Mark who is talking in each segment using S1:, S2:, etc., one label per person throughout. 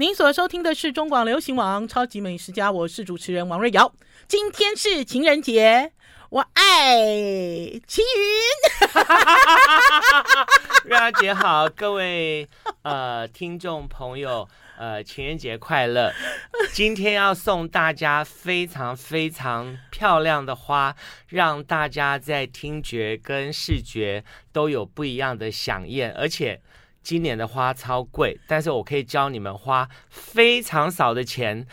S1: 您所收听的是中广流行网《超级美食家》，我是主持人王瑞瑶。今天是情人节，我爱齐云。
S2: 瑞瑶姐好，各位呃听众朋友，呃情人节快乐！今天要送大家非常非常漂亮的花，让大家在听觉跟视觉都有不一样的响艳，而且。今年的花超贵，但是我可以教你们花非常少的钱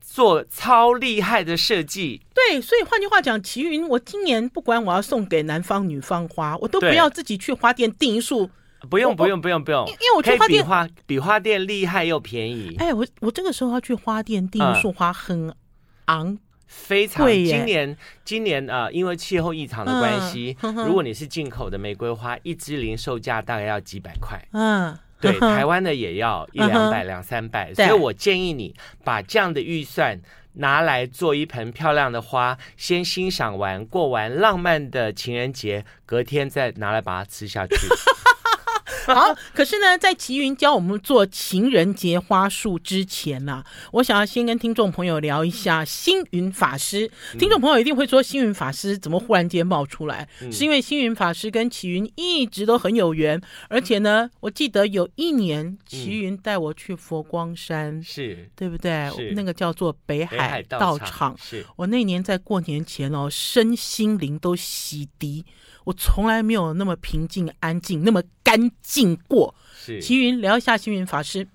S2: 做超厉害的设计。
S1: 对，所以换句话讲，齐云，我今年不管我要送给男方女方花，我都不
S2: 对
S1: 要自己去花店订一束。
S2: 不用
S1: 我
S2: 不用不用不用，
S1: 因因为我去
S2: 可以
S1: 花
S2: 比
S1: 店
S2: 花比花店厉害又便宜。
S1: 哎，我我这个时候要去花店订一束
S2: 嗯
S1: 花，很昂。
S2: 非常，
S1: 贵耶
S2: 今年今年啊、呃因为气候异常的关系，
S1: 嗯哼哼
S2: 如果你是进口的玫瑰花，一支零售价大概要几百 块，
S1: 嗯，
S2: 对，
S1: 呵呵
S2: 台湾的也要一
S1: 嗯哼
S2: 两百、两三百，所
S1: 对
S2: 以我建议你把这样的预算拿来做一盆漂亮的花，先欣赏完，过完浪漫的情人节，隔天再拿来把它吃下 去。
S1: 好，可是呢，在齐云教我们做情人节花束之前呢、我想要先跟听众朋友聊一
S2: 嗯
S1: 下星云法师。听众朋友一定会说，星云法师怎么忽然间冒出来？
S2: 嗯
S1: 是因为星云法师跟齐云一直都很有缘，而且呢，我记得有一年齐云带我去佛光山，
S2: 是
S1: 对不对
S2: 嗯是？
S1: 那个叫做北
S2: 北
S1: 海
S2: 海
S1: 道
S2: 道
S1: 场
S2: 场，。是
S1: 我那年在过年前哦，身心灵都洗涤，我从来没有那么平静、安静、那么干净过。
S2: 是。
S1: 齐云聊一下星云法师，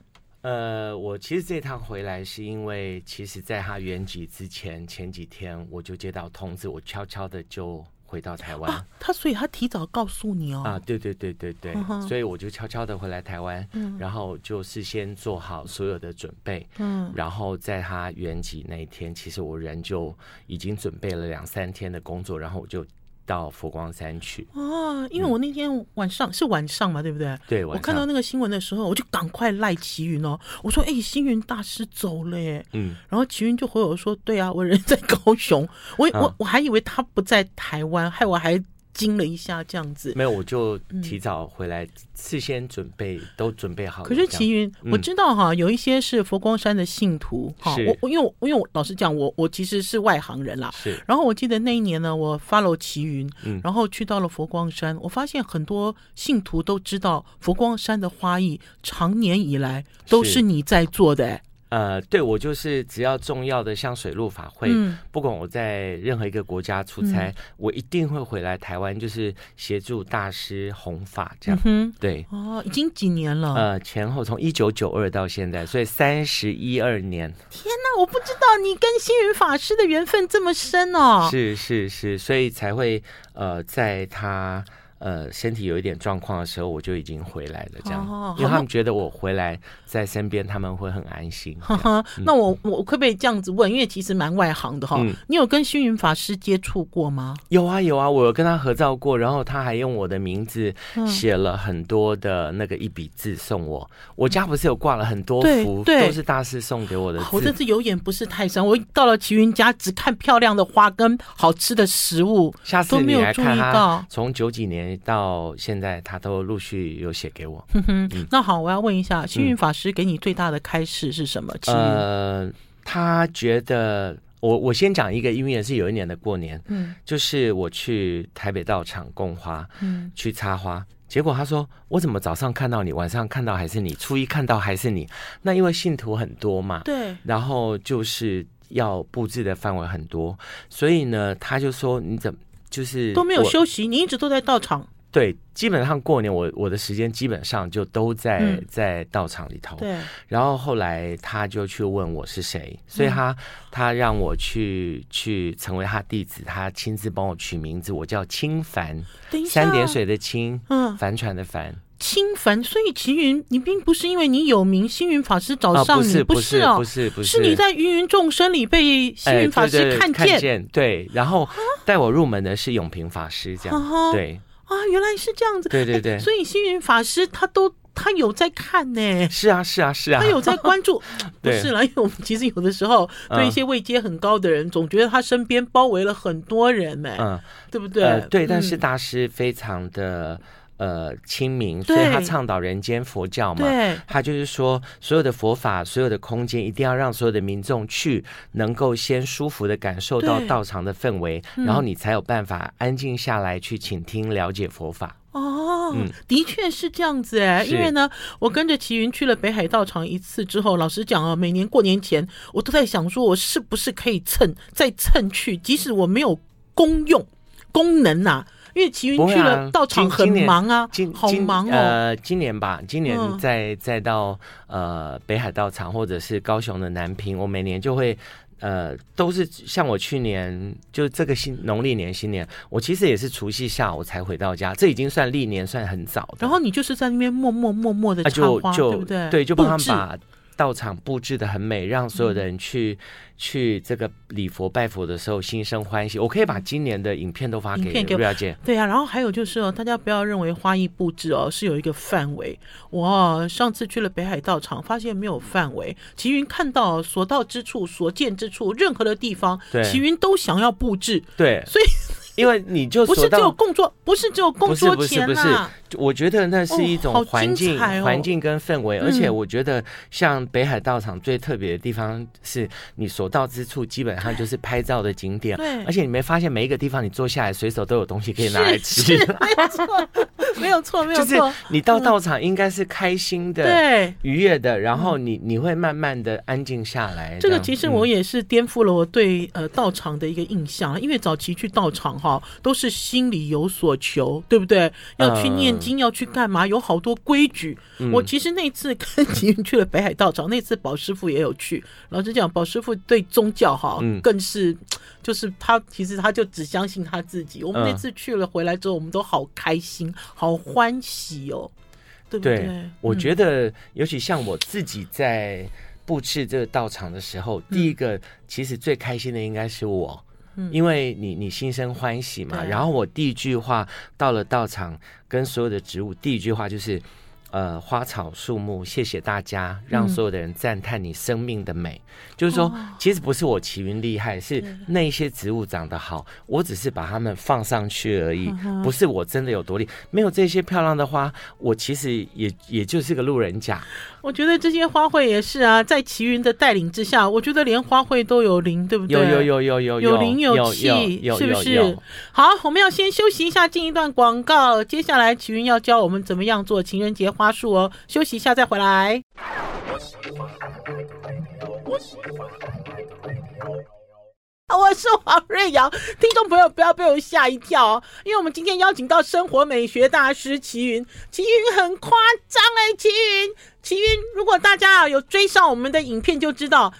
S2: 呃，我其实这趟回来是因为，其实在他原籍之前前几天我就接到通知，我悄悄的就回到台湾。
S1: 啊他所以他提早告诉你哦，
S2: 啊，对对对对对，
S1: 嗯哼
S2: 所以我就悄悄的回来台湾，然后就是先做好所有的准备，
S1: 嗯，
S2: 然后在他原籍那一天，其实我人就已经准备了两三天的工作，然后我就到佛光山去，
S1: 哦，因为我那天晚上、是晚上嘛，对不对？
S2: 对，
S1: 我
S2: 晚
S1: 看到
S2: 上，
S1: 那个新闻的时候，我就赶快赖齐云哦，我说：“哎、星云大师走了耶。”
S2: 嗯，
S1: 然后齐云就回我说：“对啊，我人在高雄，我、我
S2: 嗯
S1: 我还以为他不在台湾，害我还惊了一下这样子。”
S2: 没有，我就
S1: 嗯
S2: 提早回来，事先准备都准备好了
S1: 可
S2: 这
S1: 是
S2: 样，
S1: 齐云，我
S2: 嗯
S1: 知道哈，有一些是佛光山的信徒哈。
S2: 是
S1: 我我因为我因为我老实讲，我我其实是外行人啦。
S2: 是
S1: 然后我记得那一年呢，我 follow 齐云，
S2: 嗯
S1: 然后去到了佛光山，我发现很多信徒都知道佛光山的花艺常年以来都
S2: 是
S1: 是你在做的、哎
S2: 呃，对我就是只要重要的像水陆法会，
S1: 嗯
S2: 不管我在任何一个国家出差，我一定会回来台湾，就是协助大师弘法这样。
S1: 嗯哼，
S2: 对，
S1: 哦，已经几年了，
S2: 呃，前后从一九九二到现在，所以三十一二年，
S1: 那我不知道你跟星云法师的缘分这么深哦。
S2: 是是是，所以才会呃，在他呃身体有一点状况的时候，我就已经回来了，这样，
S1: 哦
S2: 因为
S1: 好
S2: 他们觉得我回来在身边，他们会很安心。
S1: 哈哈，那我我可不可以这样子问？因为其实蛮外行的哈、
S2: 嗯
S1: 你有跟星云法师接触过吗？
S2: 有啊有啊，我有跟他合照过，然后他还用我的名字
S1: 嗯
S2: 写了很多的那个一笔字送我。我家不是有挂了很多
S1: 对
S2: 幅，
S1: 对
S2: 都是大师送给我的
S1: 啊我
S2: 字
S1: 这。次有眼不识泰山，我到了齐云家只看漂亮的花跟好吃的食物，
S2: 下
S1: 都
S2: 次
S1: 没
S2: 你
S1: 有
S2: 来
S1: 注
S2: 看
S1: 意
S2: 他
S1: 到，
S2: 从九几年到现在，他都陆续有写给我。
S1: 哼哼。那好，我要问一下，星云法师给你最大的开示是什么？齐云、
S2: 嗯呃，他觉得我我先讲一个，因为也是有一年的过年，
S1: 嗯
S2: 就是我去台北道场供花
S1: 嗯，
S2: 去插花。结果他说：“我怎么早上看到你，晚上看到还是你，初一看到还是你？那因为信徒很多嘛，
S1: 对，
S2: 然后就是要布置的范围很多，所以呢，他就说你怎么就是
S1: 都没有
S2: 我
S1: 休息，你一直都在到场，
S2: 对，基本上过年我我的时间基本上就都在、
S1: 嗯
S2: 在道场里头。
S1: 对，
S2: 然后后来他就去问我是谁，所以
S1: 嗯
S2: 他、他让我去去成为他弟子，他亲自帮我取名字，我叫清凡，
S1: 等一下，
S2: 三点，水的清，
S1: 嗯，
S2: 帆船的帆。
S1: 清凡。所以齐云，你并不是因为你有名，星云法师找
S2: 啊，
S1: 上
S2: 不
S1: 你，
S2: 是不
S1: 是
S2: 不
S1: 哦。
S2: 是不
S1: 是你在芸芸众生里被星
S2: 哎
S1: 云法
S2: 对对
S1: 师
S2: 对
S1: 看
S2: 看
S1: 见
S2: 见，对，然后带我入门的是永平法师，这
S1: 啊
S2: 样，
S1: 哈
S2: 对
S1: 啊，原来是这样子。
S2: 对对
S1: 哎
S2: 对
S1: 所以星云法师他都他有在看 呢、
S2: 是啊是啊是啊
S1: 他，有在关注，不
S2: 对
S1: 是啦，因为我们其实有的时候
S2: 嗯
S1: 对一些位阶很高的人，总觉得他身边包围了很多人呢、哎
S2: 嗯
S1: 对不对？
S2: 呃对，但
S1: 嗯
S2: 是大师非常的呃清明，所以他
S1: 对
S2: 倡导人间佛教嘛。
S1: 嗯对，
S2: 他就是说，所有的佛法，所有的空间，一定要让所有的民众去，能够先舒服的感受到
S1: 对
S2: 道场的氛围，
S1: 嗯
S2: 然后你才有办法安静下来去倾听、了解佛法。
S1: 哦，
S2: 嗯
S1: 的确是这样子哎，
S2: 是
S1: 因为呢，我跟着齐云去了北海道场一次之后，老实讲哦，每年过年前我都在想，说我是不是可以蹭再蹭去，即使我没有功用功能呐、因为齐
S2: 不
S1: 云
S2: 会
S1: 去
S2: 啊
S1: 了道场
S2: 今
S1: 很
S2: 今年
S1: 忙啊，
S2: 今
S1: 好
S2: 今
S1: 忙哦，
S2: 呃，今年吧，今年
S1: 嗯
S2: 再、再到呃北海道场或者是高雄的南平，我每年就会。呃，都是像我去年就这个新农历年新年，我其实也是除夕下午才回到家，这已经算历年算很早的。
S1: 然后你就是在那边默默默默的
S2: 啊，
S1: 插
S2: 就
S1: 花，
S2: 就
S1: 对不对？
S2: 就帮他
S1: 布
S2: 们
S1: 置嗯
S2: 把道场布置的很美，让所有的人去、去这个礼佛拜佛的时候心生欢喜。我可以把今年的影片都发
S1: 影
S2: 给
S1: 片给我
S2: 瑞瑶姐，
S1: 对呀、啊然后还有就是哦，大家不要认为花艺布置哦是有一个范围。我、哦、上次去了北海道场，发现没有范围。齐云看到哦所到之处、所见之处，任何的地方，
S2: 对
S1: 齐云都想要布置，
S2: 对，
S1: 所以
S2: 因为你就
S1: 不
S2: 说
S1: 是只有
S2: 到。
S1: 工作，不是只有工
S2: 不是
S1: 作
S2: 不是
S1: 前啊
S2: 不是
S1: 呐、，
S2: 我觉得那是一
S1: 哦好
S2: 种
S1: 精
S2: 环境、
S1: 彩哦
S2: 环境跟氛围，
S1: 嗯
S2: 而且我觉得像北海道场最特别的地方是，你所到之处基本上就是拍照的景点，
S1: 对
S2: 而且你没发现每一个地方你坐下来随手都有东西可以拿来
S1: 是
S2: 吃，
S1: 是没有错，没有错，没有
S2: 就是
S1: 错，
S2: 你到道场应该是开心的，
S1: 对。
S2: 愉悦的，然后你你会慢慢的安静下来。
S1: 这个
S2: 样
S1: 其实
S2: 嗯
S1: 我也是颠覆了我对呃道场的一个印象，啊因为早期去道场哈都是心里有所求，对不对？要去念
S2: 嗯
S1: 经，要去干嘛？有好多规矩。我其实那次跟 吉云去了北海道场，那次宝师傅也有去。老实讲，宝师傅对宗教哈
S2: 嗯
S1: 更是，就是他其实他就只相信他自己。我们那
S2: 嗯
S1: 次去了回来之后，我们都好开心，好欢喜哦，对不
S2: 对
S1: 对？
S2: 我
S1: 嗯
S2: 觉得，尤其像我自己在布置这个道场的时候，第一个其实最开心的应该是我，
S1: 嗯
S2: 因为你你心生欢喜嘛。
S1: 对
S2: 然后我第一句话到了道场，跟所有的植物，第一句话就是。呃，花草树木，谢谢大家，让
S1: 嗯
S2: 所有的人赞叹你生命的美。就是说，其实不是我奇云厉害，是那些植物长得好，我只是把它们放上去而已，不是我真的有多厉。没有这些漂亮的花，我其实也也就是个路人甲。
S1: 我觉得这些花卉也是啊，在齐云的带领之下，我觉得连花卉都有灵，对不对？
S2: 有有。有有有
S1: 有灵有
S2: 有
S1: 气
S2: 有
S1: 是不
S2: 有
S1: 是
S2: 有
S1: 好，我们要先休息一下，进一段广告。接下来齐云要教我们怎么样做情人节花束哦。休息一下再回来。 我是黄瑞瑶，听众朋友不要被我吓一跳哦，因为我们今天邀请到生活美学大师齐云，齐云很夸张哎，齐云，齐云，如果大家啊有追上我们的影片就知道，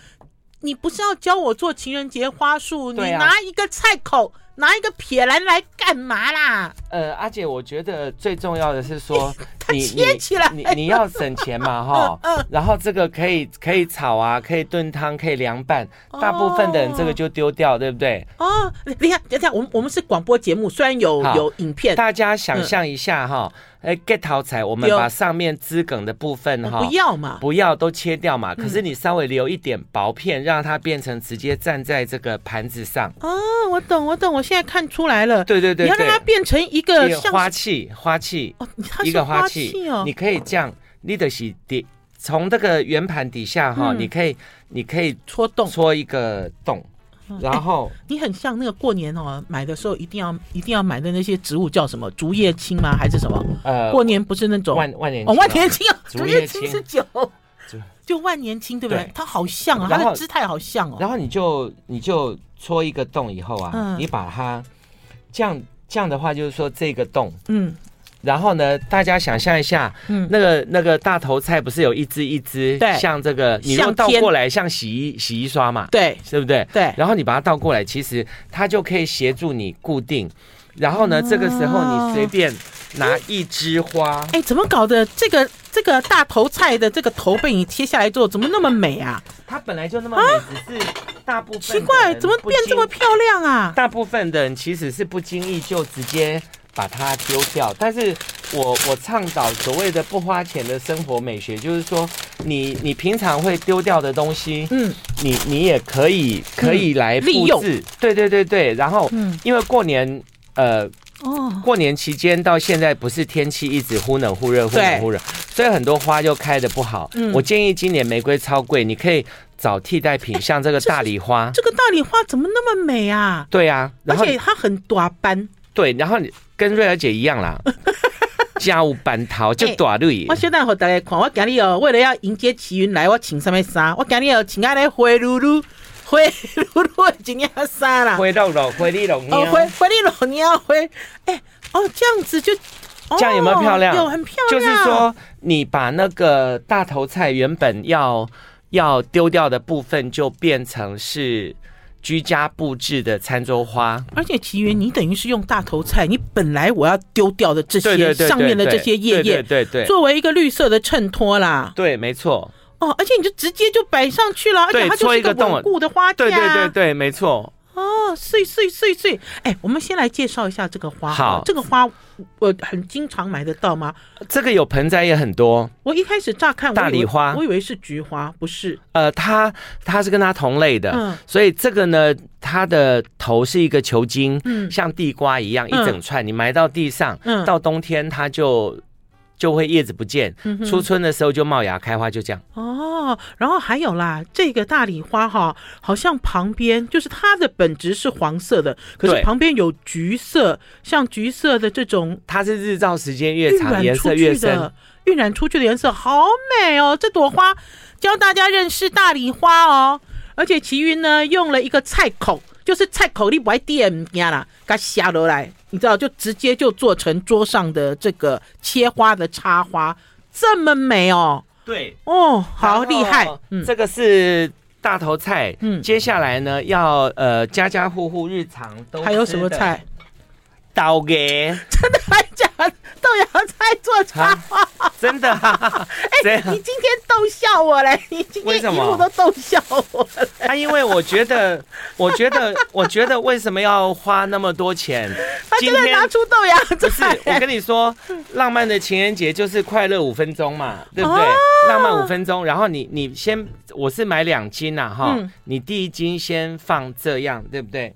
S1: 你不是要教我做情人节花束，你
S2: 对啊
S1: 拿一个菜口，拿一个撇篮来干嘛啦？
S2: 呃，阿姐，我觉得最重要的是说
S1: 哎他
S2: 你，
S1: 切
S2: 你
S1: 起来嗯
S2: 你你要省钱嘛哈，然后这个可以可以炒啊，可以炖汤，可以凉拌，大部分的人这个就丢掉，对不对？
S1: 哦，等一下，等一下，我们我们是广播节目，虽然有
S2: 好
S1: 有影片，
S2: 大家
S1: 嗯
S2: 想象一下哈，哎，get 桃彩，我们
S1: 丢
S2: 把上面枝梗的部分哈
S1: 不。要嗯嘛，
S2: 不要都切掉嘛，可是你稍微留一点薄片，让它变成直接站在这个盘子上。
S1: 哦，我懂，我懂，我现在看出来了。
S2: 对对对
S1: 你要让它
S2: 对，
S1: 变成一个
S2: 一个
S1: 呃像
S2: 花器，花器，
S1: 哦，它
S2: 一
S1: 是
S2: 个
S1: 花
S2: 器
S1: 器哦
S2: 你，可以这样，你的是底从这个圆盘底下哈，
S1: 嗯
S2: 你可以你可以
S1: 戳洞。
S2: 戳一个洞，
S1: 嗯
S2: 然后
S1: 你很像那个过年哦，买的时候一定要一定要买的那些植物叫什么？竹叶青吗？还是什么？
S2: 呃
S1: 哎过年不是那种
S2: 万万年
S1: 哦，
S2: 青
S1: 万
S2: 啊
S1: 年青啊，
S2: 竹
S1: 竹
S2: 叶
S1: 叶青
S2: 青
S1: 是酒
S2: 竹，
S1: 就万年青对不对
S2: 对？
S1: 它好像啊，它
S2: 然后
S1: 的姿态好像哦。
S2: 然后你就你就戳一个洞以后啊，
S1: 嗯
S2: 你把它这样这样的话，就是说这个洞，
S1: 嗯
S2: 然后呢，大家想象一下，
S1: 嗯，
S2: 那个那个大头菜不是有一只一只
S1: 对，
S2: 像这个，你如果
S1: 像
S2: 倒
S1: 天
S2: 过来像洗衣洗衣刷嘛，
S1: 对
S2: 对不对？
S1: 对，
S2: 然后你把它倒过来，其实它就可以协助你固定。然后
S1: 哦
S2: 呢，这个时候你随便拿一枝花，
S1: 哎，怎么搞的？这个这个大头菜的这个头被你切下来之后，怎么那么美 啊？
S2: 它本来就那么美，只是大部分
S1: 奇怪，怎么变这么
S2: 漂？
S1: 漂亮啊？
S2: 大部分的人其实是不经意就直接把它丢掉，但是我我倡导所谓的不花钱的生活美学，就是说你你平常会丢掉的东西，
S1: 嗯，
S2: 你你也可以可以来
S1: 利
S2: 布
S1: 用
S2: 置，对对对对，然后
S1: 嗯
S2: 因为过年呃
S1: 哦，
S2: 过年期间到现在，不是天气一直忽冷忽热、忽
S1: 对
S2: 冷忽热，所以很多花就开的不好。
S1: 嗯
S2: 我建议今年玫瑰超贵，你可以找替代 品，像这个大礼花。
S1: 这个大理花怎么那么美啊？
S2: 对啊，
S1: 而
S2: 然后
S1: 且它很短斑，
S2: 对，然后你跟瑞儿姐一样 啦，家务板桃就短绿
S1: 哎我。现在和大家看，我今日哦，为了要迎接齐云来，我请上面衫，我今日哦请阿来灰噜噜， 灰噜噜的今天衫啦，
S2: 灰肉肉，灰粒肉
S1: 哦
S2: 喵，
S1: 灰灰你老娘灰，哎哦这样子就，哦
S2: 这样有没有漂亮
S1: 有很漂亮，
S2: 就是说你把那个大头菜原本要要丢掉的部分，就变成是居家布置的餐桌花。
S1: 而且奇云，你等于是用大头菜，你本来我要丢掉的这
S2: 对
S1: 些
S2: 对对，
S1: 上面的这些叶
S2: 对
S1: 叶，
S2: 对对对，
S1: 作为一个绿色的衬托啦。
S2: 对，没错，
S1: 哦，而且你就直接就摆上去了，而且
S2: 对
S1: 它就
S2: 戳
S1: 是
S2: 一
S1: 一个
S2: 个洞
S1: 稳固的花架。
S2: 对对对对，没错。
S1: 哦，碎碎碎碎。哎，我们先来介绍一下这个花。
S2: 好
S1: 哦这个花我很经常买得到吗？
S2: 这个有盆栽也很多，
S1: 我一开始乍看我以为
S2: 大理花
S1: 我以为是菊花，不是。
S2: 呃，它它是跟它同类的，
S1: 嗯
S2: 所以这个呢，它的头是一个球茎，
S1: 嗯
S2: 像地瓜一样一
S1: 嗯
S2: 整串，你埋到地上，
S1: 嗯
S2: 到冬天它就就会叶子不见，
S1: 嗯哼
S2: 初春的时候就冒芽开花，就这样。
S1: 哦，然后还有啦，这个大理花哈，好像旁边就是它的本质是黄色的，可是
S2: 对
S1: 旁边有橘色，像橘色的这种
S2: 它是日照时间
S1: 晕
S2: 越长，
S1: 染
S2: 颜
S1: 出
S2: 色越
S1: 去
S2: 深
S1: 的。，晕染出去的颜色好美哦！这朵花教大家认识大理花哦，而且齐云呢用了一个菜口，就是菜口你不爱点呀啦，给它下落来，你知道就直接就做成桌上的这个切花的插花，这么美哦！
S2: 对，
S1: 哦，好厉害
S2: 然后！
S1: 嗯，
S2: 这个是大头菜，
S1: 嗯
S2: 接下来呢要呃家家户户日常都
S1: 还有什么
S2: 吃的？
S1: 菜？
S2: 刀给，
S1: 真的还假的？豆芽菜做插花？
S2: 真的、啊，这
S1: 哎、
S2: 样
S1: 你今天逗笑我嘞！你今天
S2: 为什
S1: 一
S2: 么
S1: 路都逗笑我了。
S2: 啊，因为我 觉得，我觉得，我觉得为什么要花那么多钱？
S1: 他
S2: 今
S1: 真的
S2: 天
S1: 拿出豆芽
S2: 不是
S1: 菜，
S2: 我跟你说，浪漫的情人节就是快乐五分钟嘛，对不对？
S1: 哦
S2: 浪漫五分钟，然后你你先，我是买两斤呐、哈、
S1: 嗯
S2: 你第一斤先放这样，对不对？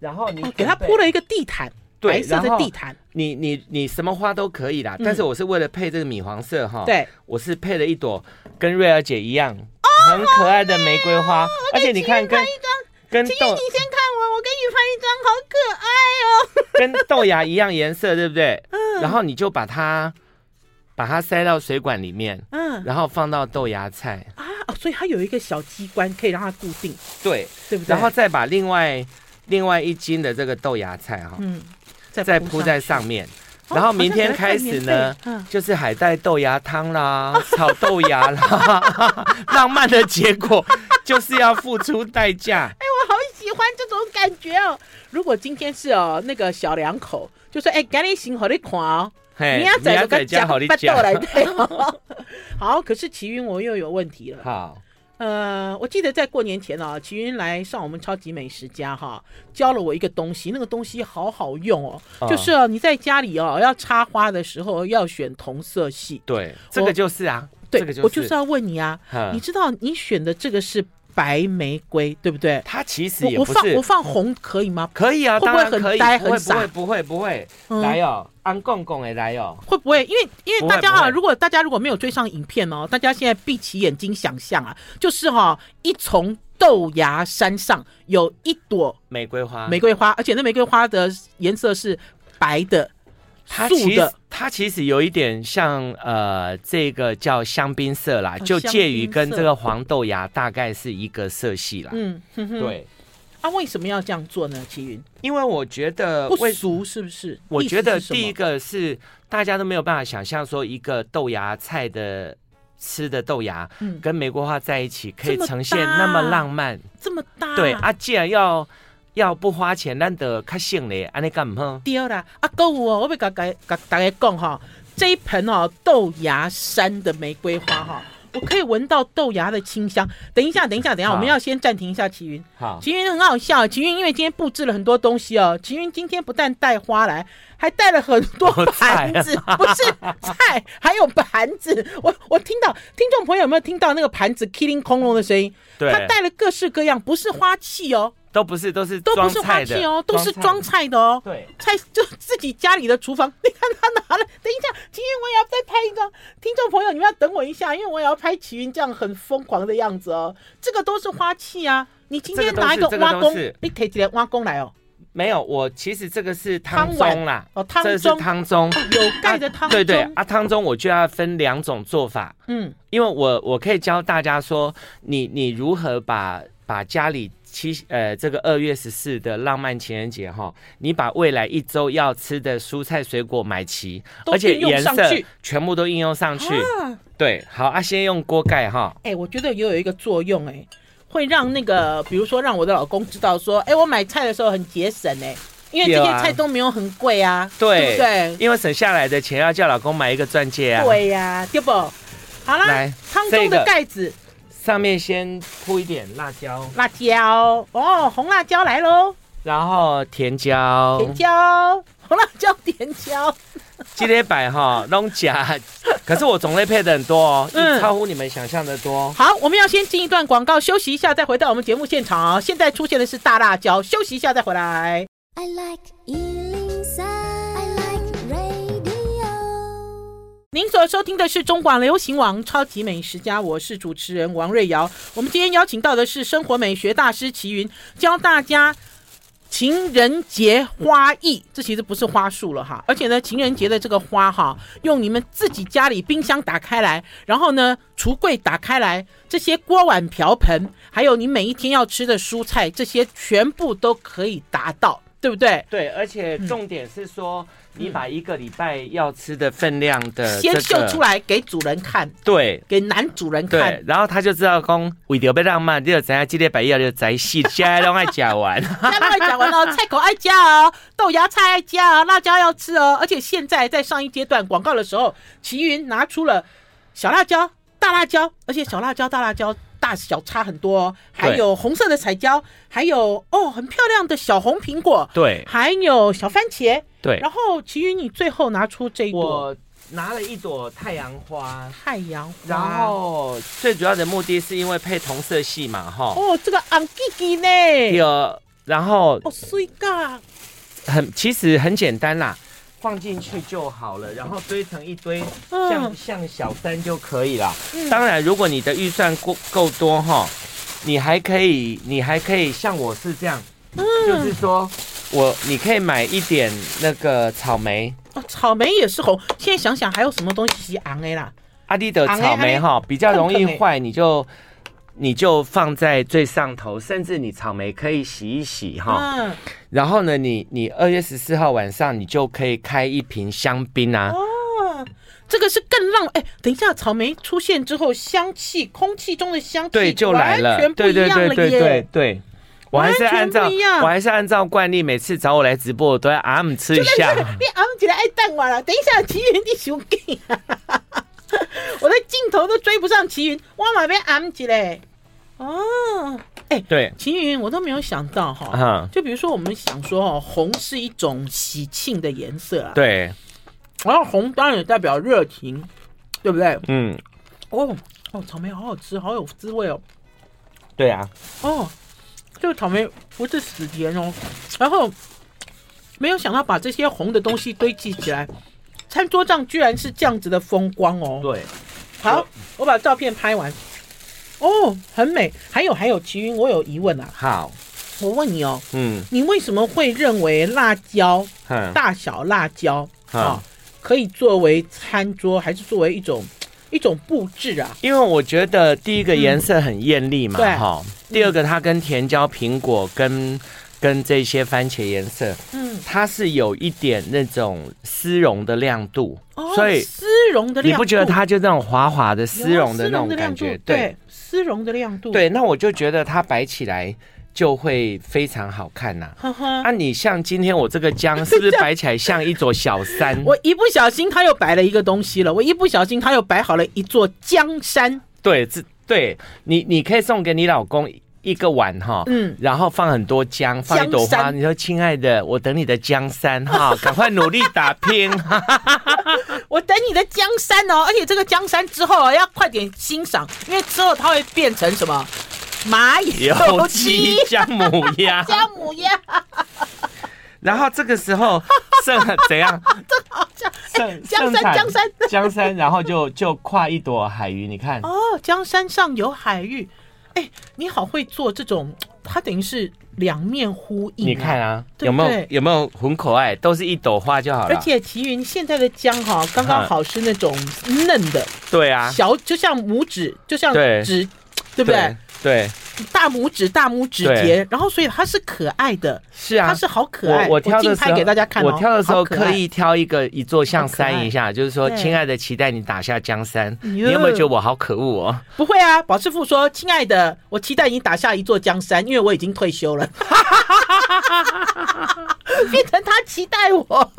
S2: 然后你、
S1: 哦给他铺，了一个地毯，
S2: 对
S1: 白色
S2: 然
S1: 的
S2: 后
S1: 地毯，
S2: 你你你什么花都可以啦，
S1: 嗯
S2: 但是我是为了配这个米黄色哈，，
S1: 对，
S2: 我是配了一朵跟瑞儿姐一样、
S1: 哦
S2: 很可爱的玫瑰花，而且你看跟跟
S1: 秦
S2: 豆
S1: 月，你先看我，我给你拍一张，好可爱哦。
S2: 跟豆芽一样颜色，对不对？
S1: 嗯
S2: 然后你就把它把它塞到水管里面，
S1: 嗯
S2: 然后放到豆芽菜，
S1: 啊，哦所以它有一个小机关可以让它固定，
S2: 对，
S1: 对不对？
S2: 然后再把另外另外一斤的这个豆芽菜哈、
S1: 嗯，
S2: 再铺在上
S1: 去。
S2: 面。
S1: 哦
S2: 然后明天开始
S1: 好像给它盖棉
S2: 呢，
S1: 被嗯
S2: 就是海带豆芽汤啦、 炒豆芽啦，浪漫的结果就是要付出代价。
S1: 哎，我好喜欢这种感觉哦。如果今天是哦那个小两口，就说哎，赶紧行，好你看哦。
S2: 嘿
S1: 你要
S2: 你
S1: 在
S2: 要
S1: 个
S2: 在家好你
S1: 巴豆
S2: 讲，
S1: 来对哦。好，可是齐云我又有问题了。
S2: 好，
S1: 呃，我记得在过年前啊，齐云来上我们超级美食家哈，教了我一个东西，那个东西好好用哦，
S2: 嗯
S1: 就是、哦、你在家里哦要插花的时候要选同色系。
S2: 对，这个就是啊，
S1: 对，
S2: 这个就是
S1: 我就是要问你啊，
S2: 嗯
S1: 你知道你选的这个是白玫瑰，对不对？
S2: 它其实也
S1: 我我
S2: 不
S1: 放
S2: 是
S1: 我放红可以吗？
S2: 可以啊，
S1: 会不
S2: 当
S1: 会
S2: 然可
S1: 很
S2: 以，
S1: 呆
S2: 不会
S1: 很
S2: 不
S1: 傻
S2: 会不会不会，
S1: 嗯
S2: 来哦，安公公的来哦，
S1: 会不会？因为因为
S2: 不
S1: 大
S2: 会
S1: 家
S2: 不
S1: 啊，
S2: 会
S1: 如果大家如果没有追上影片哦，大家现在闭起眼睛想象啊，就是哈、一丛豆芽山上有一朵
S2: 玫瑰花，
S1: 玫瑰花，而且那玫瑰花的颜色是白的、
S2: 它
S1: 素
S2: 其实
S1: 的，
S2: 它其实有一点像呃，这个叫香槟色啦，
S1: 哦
S2: 就介
S1: 香
S2: 于
S1: 槟
S2: 跟
S1: 色
S2: 这个黄豆芽大概是一个色系啦。
S1: 嗯，哼哼。
S2: 对，
S1: 啊，为什么要这样做呢？齐云
S2: 因为我觉得
S1: 不
S2: 呃为
S1: 俗是不是？
S2: 我
S1: 意思
S2: 觉得
S1: 是什
S2: 第一
S1: 么
S2: 个是大家都没有办法想象说一个豆芽菜的吃的豆芽
S1: 嗯
S2: 跟玫瑰花在一起可以
S1: 这么
S2: 呈现那么
S1: 搭
S2: 浪漫。
S1: 这么大，
S2: 对啊，既然要要不花钱，咱得较省嘞，安尼干唔好？
S1: 丢啦啊，购物哦，我要甲甲甲大家讲哈、这一盆哦豆芽山的玫瑰花哈、我可以闻到豆芽的清香。等一下，等一下，等一下，
S2: 好
S1: 我们要先暂停一下，齐云。
S2: 好，
S1: 齐云很好笑，齐云因为今天布置了很多东西哦。齐云今天不但带花来，还带了很多
S2: 哦啊
S1: 盘子，不是菜，还有盘子。我我听到听众朋友有没有听到那个盘子 killing 空笼的声音？
S2: 对
S1: 他带了各式各样，不是花器哦，
S2: 都不是，都是
S1: 都不
S2: 装
S1: 是花
S2: 菜
S1: 器
S2: 的
S1: 哦，都是装
S2: 菜
S1: 菜的哦
S2: 的。。对，
S1: 菜就自己家里的厨房，你看他拿了。等一下，齐云我也要再拍一张，听众朋友你们要等我一下，因为我也要拍齐云这样很疯狂的样子哦。这个都是花器啊，你今天
S2: 这个都是
S1: 拿一个
S2: 这个
S1: 挖
S2: 都
S1: 工
S2: 是，
S1: 你提起来挖工来哦，
S2: 没有，我其实这个是
S1: 汤碗
S2: 盅啦，
S1: 哦汤
S2: 这是
S1: 盅
S2: 汤盅，
S1: 有盖的汤
S2: 对对
S1: 盅
S2: 啊，汤盅我就要分两种做法，
S1: 嗯
S2: 因为我我可以教大家说，你你如何把把家里七呃这个二月十四的浪漫情人节哈，你把未来一周要吃的蔬菜水果买齐，
S1: 都
S2: 而且
S1: 运用
S2: 颜
S1: 上
S2: 色
S1: 去
S2: 全部都应用上去。
S1: 啊，
S2: 对，好啊，先用锅盖哈，
S1: 哎、我觉得也有一个作用、哎，会让那个，比如说让我的老公知道说，哎、我买菜的时候很节省、哎，因为这
S2: 对
S1: 些
S2: 啊
S1: 菜都没有很贵啊，对
S2: 对
S1: 不对？
S2: 因为省下来的钱要叫老公买一个钻戒啊。
S1: 对呀、对不？好啦
S2: 来，
S1: 汤
S2: 这
S1: 中的
S2: 个
S1: 盖子。
S2: 上面先铺一点辣椒，
S1: 辣椒哦，红辣椒来喽，
S2: 然后甜椒，
S1: 甜椒，红辣椒，甜椒，
S2: 今天摆哈弄假，可是我种类配的很多哦，
S1: 嗯
S2: 超乎你们想象的多。
S1: 好，我们要先进一段广告，休息一下，再回到我们节目现场哦。现在出现的是大辣椒，休息一下再回来。
S3: I like Ealing Sound. I like radio.
S1: 您所收听的是中广流行网《超级美食家》，我是主持人王瑞瑶。我们今天邀请到的是生活美学大师齐云，教大家情人节花艺。这其实不是花束了哈，而且呢，情人节的这个花哈，用你们自己家里冰箱打开来，然后呢，橱柜打开来，这些锅碗瓢盆，还有你每一天要吃的蔬菜，这些全部都可以达到，对不对？
S2: 对，而且重点是说，你把一个礼拜要吃的分量的
S1: 先
S2: 呃这
S1: 秀
S2: 个
S1: 出，来给主人看，
S2: 对
S1: 给男主人看
S2: 对。，然后他就知道公为了要浪漫，你就知道今天白夜就在戏，现在都爱讲完。
S1: 大家都讲完了，菜口爱加哦，豆芽菜爱加哦，辣椒要吃哦。而且现在在上一阶段广告的时候，齐云拿出了小辣椒、大辣椒，而且小辣椒、大辣椒大小差很多、哦，还
S2: 对
S1: 有红色的彩椒，还有哦很漂亮的小红苹果，
S2: 对
S1: 还有小番茄。
S2: 对，
S1: 然后齐云，你最后拿出这一朵
S2: 我拿了一朵太阳花，
S1: 太阳花，
S2: 然后最主要的目的是因为配同色系嘛，哈。
S1: 哦这个昂吉吉呢，
S2: 有，然后
S1: 哦水噶，
S2: 很其实很简单啦，放进去就好了，然后堆成一堆，像
S1: 嗯
S2: 像小山就可以啦。
S1: 嗯
S2: 当然，如果你的预算够够多哈，你还可以，你还可以像我是这样，
S1: 嗯
S2: 就是说我你可以买一点那个草莓。
S1: 哦草莓也是红。现在想想还有什么东西是昂 A 啦？
S2: 阿弟的草
S1: 啊
S2: 莓
S1: 哎
S2: 哈比较容易坏，你就你就放在最上头，甚至你草莓可以洗一洗哈。
S1: 嗯。
S2: 然后呢，你你二月十四号晚上你就可以开一瓶香槟啊。
S1: 哦，这个是更让哎、等一下，草莓出现之后，香气，空气中的香气
S2: 对，就来了
S1: 完全，不
S2: 对
S1: 一
S2: 对
S1: 样了
S2: 对
S1: 耶。
S2: 对对对。我还是
S1: 完全
S2: 按照
S1: 不一样
S2: 我还是按照惯例，每次找我来直播，我都要 M 吃一下。
S1: 你昂起来爱蛋我了，等一下，齐云你熊 gay 啊我的镜头都追不上齐云，哇马被昂起来。哦，
S2: 对，
S1: 齐云，我都没有想到哈。
S2: 嗯，
S1: 就比如说，我们想说哦，红是一种喜庆的颜色啊，
S2: 对，
S1: 然后红当然也代表热情，对不对？
S2: 嗯，
S1: 哦哦，草莓好好吃，好有滋味哦。
S2: 对啊，
S1: 哦，这个草莓不是死甜哦，然后没有想到把这些红的东西堆积起来，餐桌上居然是这样子的风光哦。
S2: 对，
S1: 好，我把照片拍完。哦，很美。还有还有，齐云，我有疑问啊，
S2: 好，
S1: 我问你哦，
S2: 嗯，
S1: 你为什么会认为辣椒
S2: 哼，
S1: 大小辣椒
S2: 嗯
S1: 啊、可以作为餐桌，还是作为一种一种布置啊？
S2: 因为我觉得第一个颜色很艳丽嘛，
S1: 对
S2: 哈、第二个它跟甜椒、苹果跟跟这些番茄颜色，
S1: 嗯，
S2: 它是有一点那种丝绒的亮度，
S1: 哦，
S2: 所以
S1: 丝绒的
S2: 你
S1: 亮
S2: 不觉得
S1: 度
S2: 它就那种滑滑的
S1: 有啊
S2: 丝绒的那种
S1: 丝亮
S2: 感
S1: 度
S2: 觉？
S1: 对，丝绒的亮度，
S2: 对，那我就觉得它摆起来就会非常好看呐、
S1: 呵呵，
S2: 啊，你像今天我这个姜是不是摆起来像一座小山？
S1: 我一不小心他又摆了一个东西了，我一不小心他又摆好了一座江山。
S2: 对，这对你，你可以送给你老公一个碗哈，
S1: 嗯
S2: 然后放很多姜，放一朵
S1: 江
S2: 花，
S1: 山
S2: 你说亲爱的，我等你的江山哈，赶快努力打拼 哈，
S1: 我等你的江哦山哦，而且这个江山之后啊，要快点欣赏，因为之后它会变成什么麻油
S2: 油
S1: 鸡
S2: 鸡姜母鸭。
S1: 姜母鸭，
S2: 然后这个时候剩怎样？
S1: 好像
S2: 剩
S1: 江
S2: 剩
S1: 山
S2: 菜
S1: 江山
S2: 江山，然后就就跨一朵海鱼，你看，
S1: 哦，江山上有海芋。哎，你好会做这种，它等于是两面呼应、
S2: 你看，啊，
S1: 对
S2: 有
S1: 不
S2: 没有
S1: 对
S2: 有没有很可爱？都是一朵花就好
S1: 而
S2: 了。
S1: 且齐云现在的姜哈，刚刚好是那种嫩的，
S2: 对啊，
S1: 小就像拇指，就像
S2: 对
S1: 指，对不对？
S2: 对，
S1: 大拇指、大拇指节，然后所以它是可爱的，
S2: 是啊
S1: 它。是好可爱。
S2: 我我挑的
S1: 竞
S2: 时
S1: 拍
S2: 候，
S1: 给大家看哦、
S2: 我挑的时候
S1: 好可爱
S2: 刻，意挑一个一座像山一下，就是说，
S1: 对
S2: 亲爱的，期待你打下江山。
S1: 哎呦
S2: 你有没有觉得我好可恶 哦？
S1: 不会啊。保师傅说：“亲爱的，我期待你打下一座江山，因为我已经退休了。” 变成他期待我。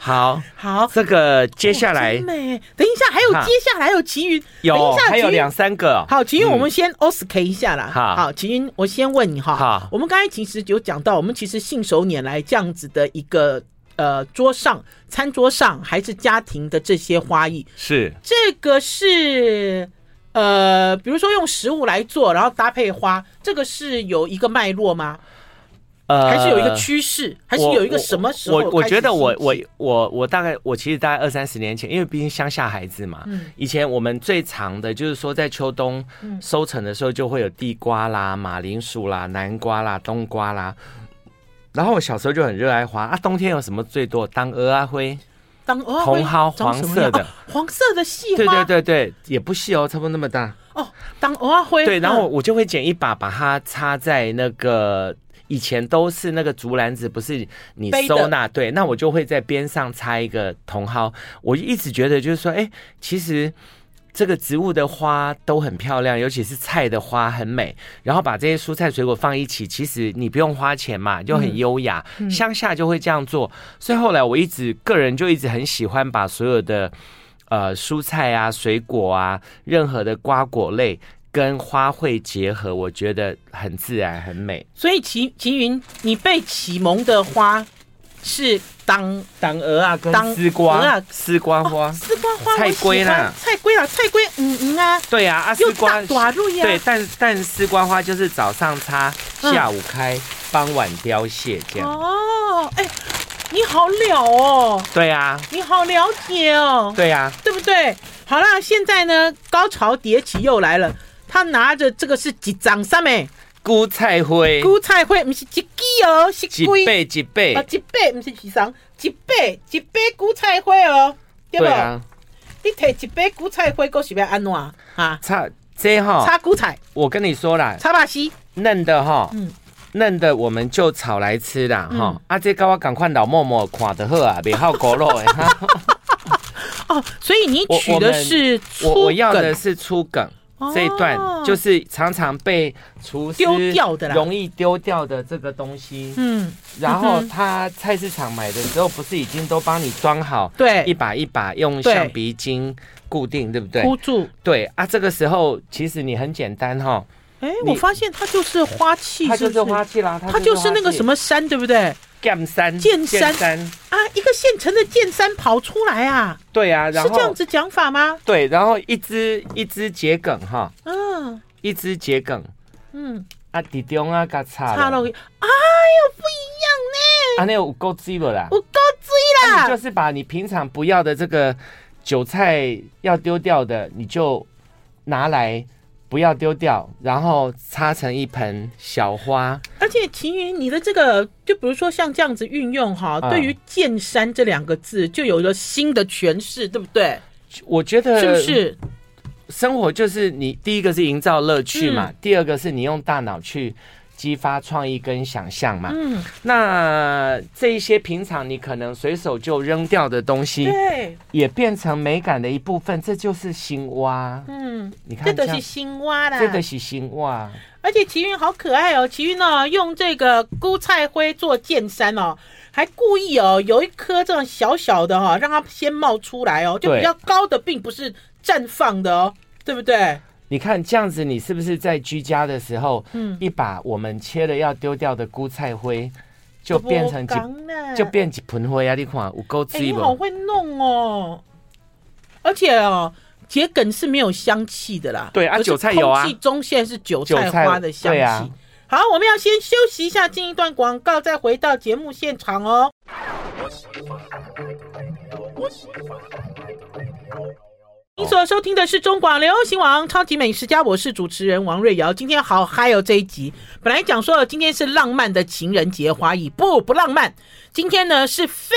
S2: 好，
S1: 好，
S2: 这个接下
S1: 哦
S2: 来
S1: 真美等一下还有
S2: 哈
S1: 接下来还有齐云，等
S2: 有
S1: 一下
S2: 还有
S1: 齐云
S2: 两三个哦。
S1: 好，齐云，
S2: 嗯
S1: 我们先 OSK 一下啦。
S2: 好
S1: 好，齐云，我先问你哈。
S2: 好
S1: 我们刚才其实有讲到，我们其实信手拈来这样子的一个呃桌上餐桌上还是家庭的这些花艺，
S2: 是
S1: 这个是呃，比如说用食物来做，然后搭配花，这个是有一个脉络吗？
S2: 呃
S1: 还是有一个趋势？还是
S2: 我
S1: 有一个什么时候
S2: 我我
S1: 开始
S2: 觉得我
S1: 兴
S2: 我
S1: 起
S2: 我我大概我其实大概二三十年前，因为毕竟乡下孩子嘛，
S1: 嗯
S2: 以前我们最长的就是说在秋冬
S1: 嗯
S2: 收成的时候，就会有地瓜啦、马铃薯啦、南瓜啦、冬瓜啦。然后我小时候就很热爱花啊，冬天有什么最多？当鹅啊灰，
S1: 当哦
S2: 茼蒿
S1: 会长
S2: 黄
S1: 什么
S2: 色
S1: 样
S2: 的
S1: 哦黄色的细花，
S2: 对对对对，也不细哦，差不多那么大。
S1: 哦，当偶尔会
S2: 对，然后
S1: 嗯
S2: 我就会剪一把，把它插在那个以前都是那个竹篮子，不是你
S1: 背的
S2: 收纳对，那我就会在边上插一个茼蒿。我一直觉得就是说，哎，其实。这个植物的花都很漂亮，尤其是菜的花很美。然后把这些蔬菜水果放一起，其实你不用花钱嘛，就
S1: 嗯
S2: 很优雅。乡下就会这样做，所以后来我一直个人就一直很喜欢把所有的呃蔬菜啊、水果啊、任何的瓜果类跟花卉结合，我觉得很自然、很美。
S1: 所以齐齐云，你被启蒙的花是当
S2: 当鹅啊，跟
S1: 当
S2: 丝
S1: 鹅
S2: 瓜
S1: 啊、
S2: 丝瓜花，
S1: 丝瓜花，
S2: 菜龟啦
S1: 我喜欢菜龟啦，菜龟，嗯嗯啊，
S2: 对啊，啊，
S1: 又
S2: 丝瓜
S1: 大短路呀，
S2: 对，，但但丝瓜花就是早上插，
S1: 嗯
S2: 下午开，傍晚凋谢这样。
S1: 哦，哎，你好了哦，
S2: 对啊，
S1: 你好了解哦，
S2: 对啊，
S1: 对不对？好啦，现在呢，高潮迭起又来了。他拿着这个是几张三枚
S2: 菇菜灰，
S1: 菇菜会，不是几季哦，是
S2: 几
S1: 龟
S2: 倍几倍
S1: 啊，，一百不是几张，一百一百韭菜花哦，对不？
S2: 对啊，
S1: 你摕一百韭菜花，搁是要安怎啊？啊，
S2: 差这哈，
S1: 炒韭菜，
S2: 我跟你说啦，
S1: 炒巴西，
S2: 嫩的哈，
S1: 嗯
S2: 嫩的我们就炒来吃啦哈、
S1: 嗯
S2: 啊，这个我赶快老默默看的好啊，别好狗肉哎。 哈
S1: 哦，所以你
S2: 我
S1: 取
S2: 我
S1: 的
S2: 们
S1: 是粗
S2: 我我要的
S1: 梗
S2: 是粗梗。这一段
S1: 哦
S2: 就是常常被厨师
S1: 丢掉的啦
S2: 容易丢掉的这个东西。
S1: 嗯，
S2: 然
S1: 嗯
S2: 后
S1: 哼
S2: 他菜市场买的时候，不是已经都帮你装好，一
S1: 对，
S2: 把一把用
S1: 对
S2: 橡皮筋固定，对不对？
S1: 箍住。
S2: 对啊，这个时候其实你很简单哈，
S1: 哎，
S2: 你
S1: 我发现它就是花器，
S2: 它
S1: 是不是
S2: 就是花器啦，
S1: 它就是那个什
S2: 么
S1: 么山，对不对？
S2: 剑山，
S1: 剑山
S2: 山，
S1: 啊，一个现成的剑山跑出来啊，
S2: 对啊，然
S1: 是这样
S2: 后
S1: 子讲法吗？
S2: 对，然后一只一只桔梗哈，
S1: 嗯
S2: 一只桔梗
S1: 嗯，
S2: 啊，底中啊，嘎插
S1: 差了，哎
S2: 了，
S1: 呦，不一样呢，
S2: 啊，那有够滋味啦，
S1: 我够追
S2: 啊
S1: 啦
S2: 你就。是把你平常不要的这个韭菜要丢掉的，你就拿来不要丢掉，然后插成一盆小花，
S1: 而且秦云，你的这个就比如说像这样子运用哈，
S2: 嗯
S1: 对于“见山”这两个字就有了新的诠释，对不对？
S2: 我觉得
S1: 是不是？
S2: 生活就是你第一个是营造乐趣嘛，
S1: 嗯
S2: 第二个是你用大脑去激发创意跟想象嘛。
S1: 嗯，
S2: 那这一些平常你可能随手就扔掉的东西，
S1: 对，
S2: 也变成美感的一部分，这就是新蛙。
S1: 嗯，
S2: 你看
S1: 这
S2: 这
S1: 都
S2: 样
S1: 是，啊新蛙啦。
S2: 这个是新蛙，
S1: 而且齐云好可爱哦，齐云呢用这个菇菜灰做剑山哦，还故意哦有一颗这种小小的哈、让它先冒出来哦，就
S2: 对
S1: 比较高的，并不是绽放的哦，对不对？
S2: 你看这样子，你是不是在居家的时候，
S1: 嗯，
S2: 一把我们切了要丢掉的菇菜灰，就变成几
S1: 就
S2: 就变几盆灰啊？你看有够
S1: 哎、
S2: 滋
S1: 你好
S2: 味。
S1: 会弄哦！而且哦，桔梗是没有香气的啦。
S2: 对啊
S1: 可是
S2: 韭菜有啊
S1: 空气中现在是韭
S2: 韭
S1: 菜
S2: 菜
S1: 花的香
S2: 对
S1: 气。
S2: 啊
S1: 好，我们要先休息一下，进一段广告，再回到节目现场哦。您所收听的是中广流行网《超级美食家》，我是主持人王瑞瑶。今天好嗨哦！这一集本来讲说了今天是浪漫的情人节花艺，不不浪漫。今天呢是非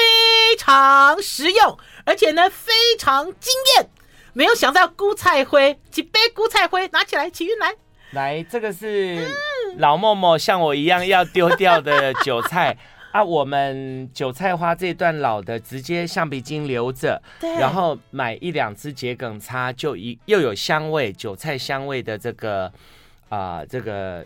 S1: 常实用，而且呢非常惊艳。没有想到菇菜灰，几杯菇菜灰拿起来，起运来。
S2: 来，这个是老默默像我一样要丢掉的韭 菜啊。我们韭菜花这段老的，直接橡皮筋留着，
S1: 对
S2: 然后买一两只桔梗插，就一又有香味，韭菜香味的这个啊、这个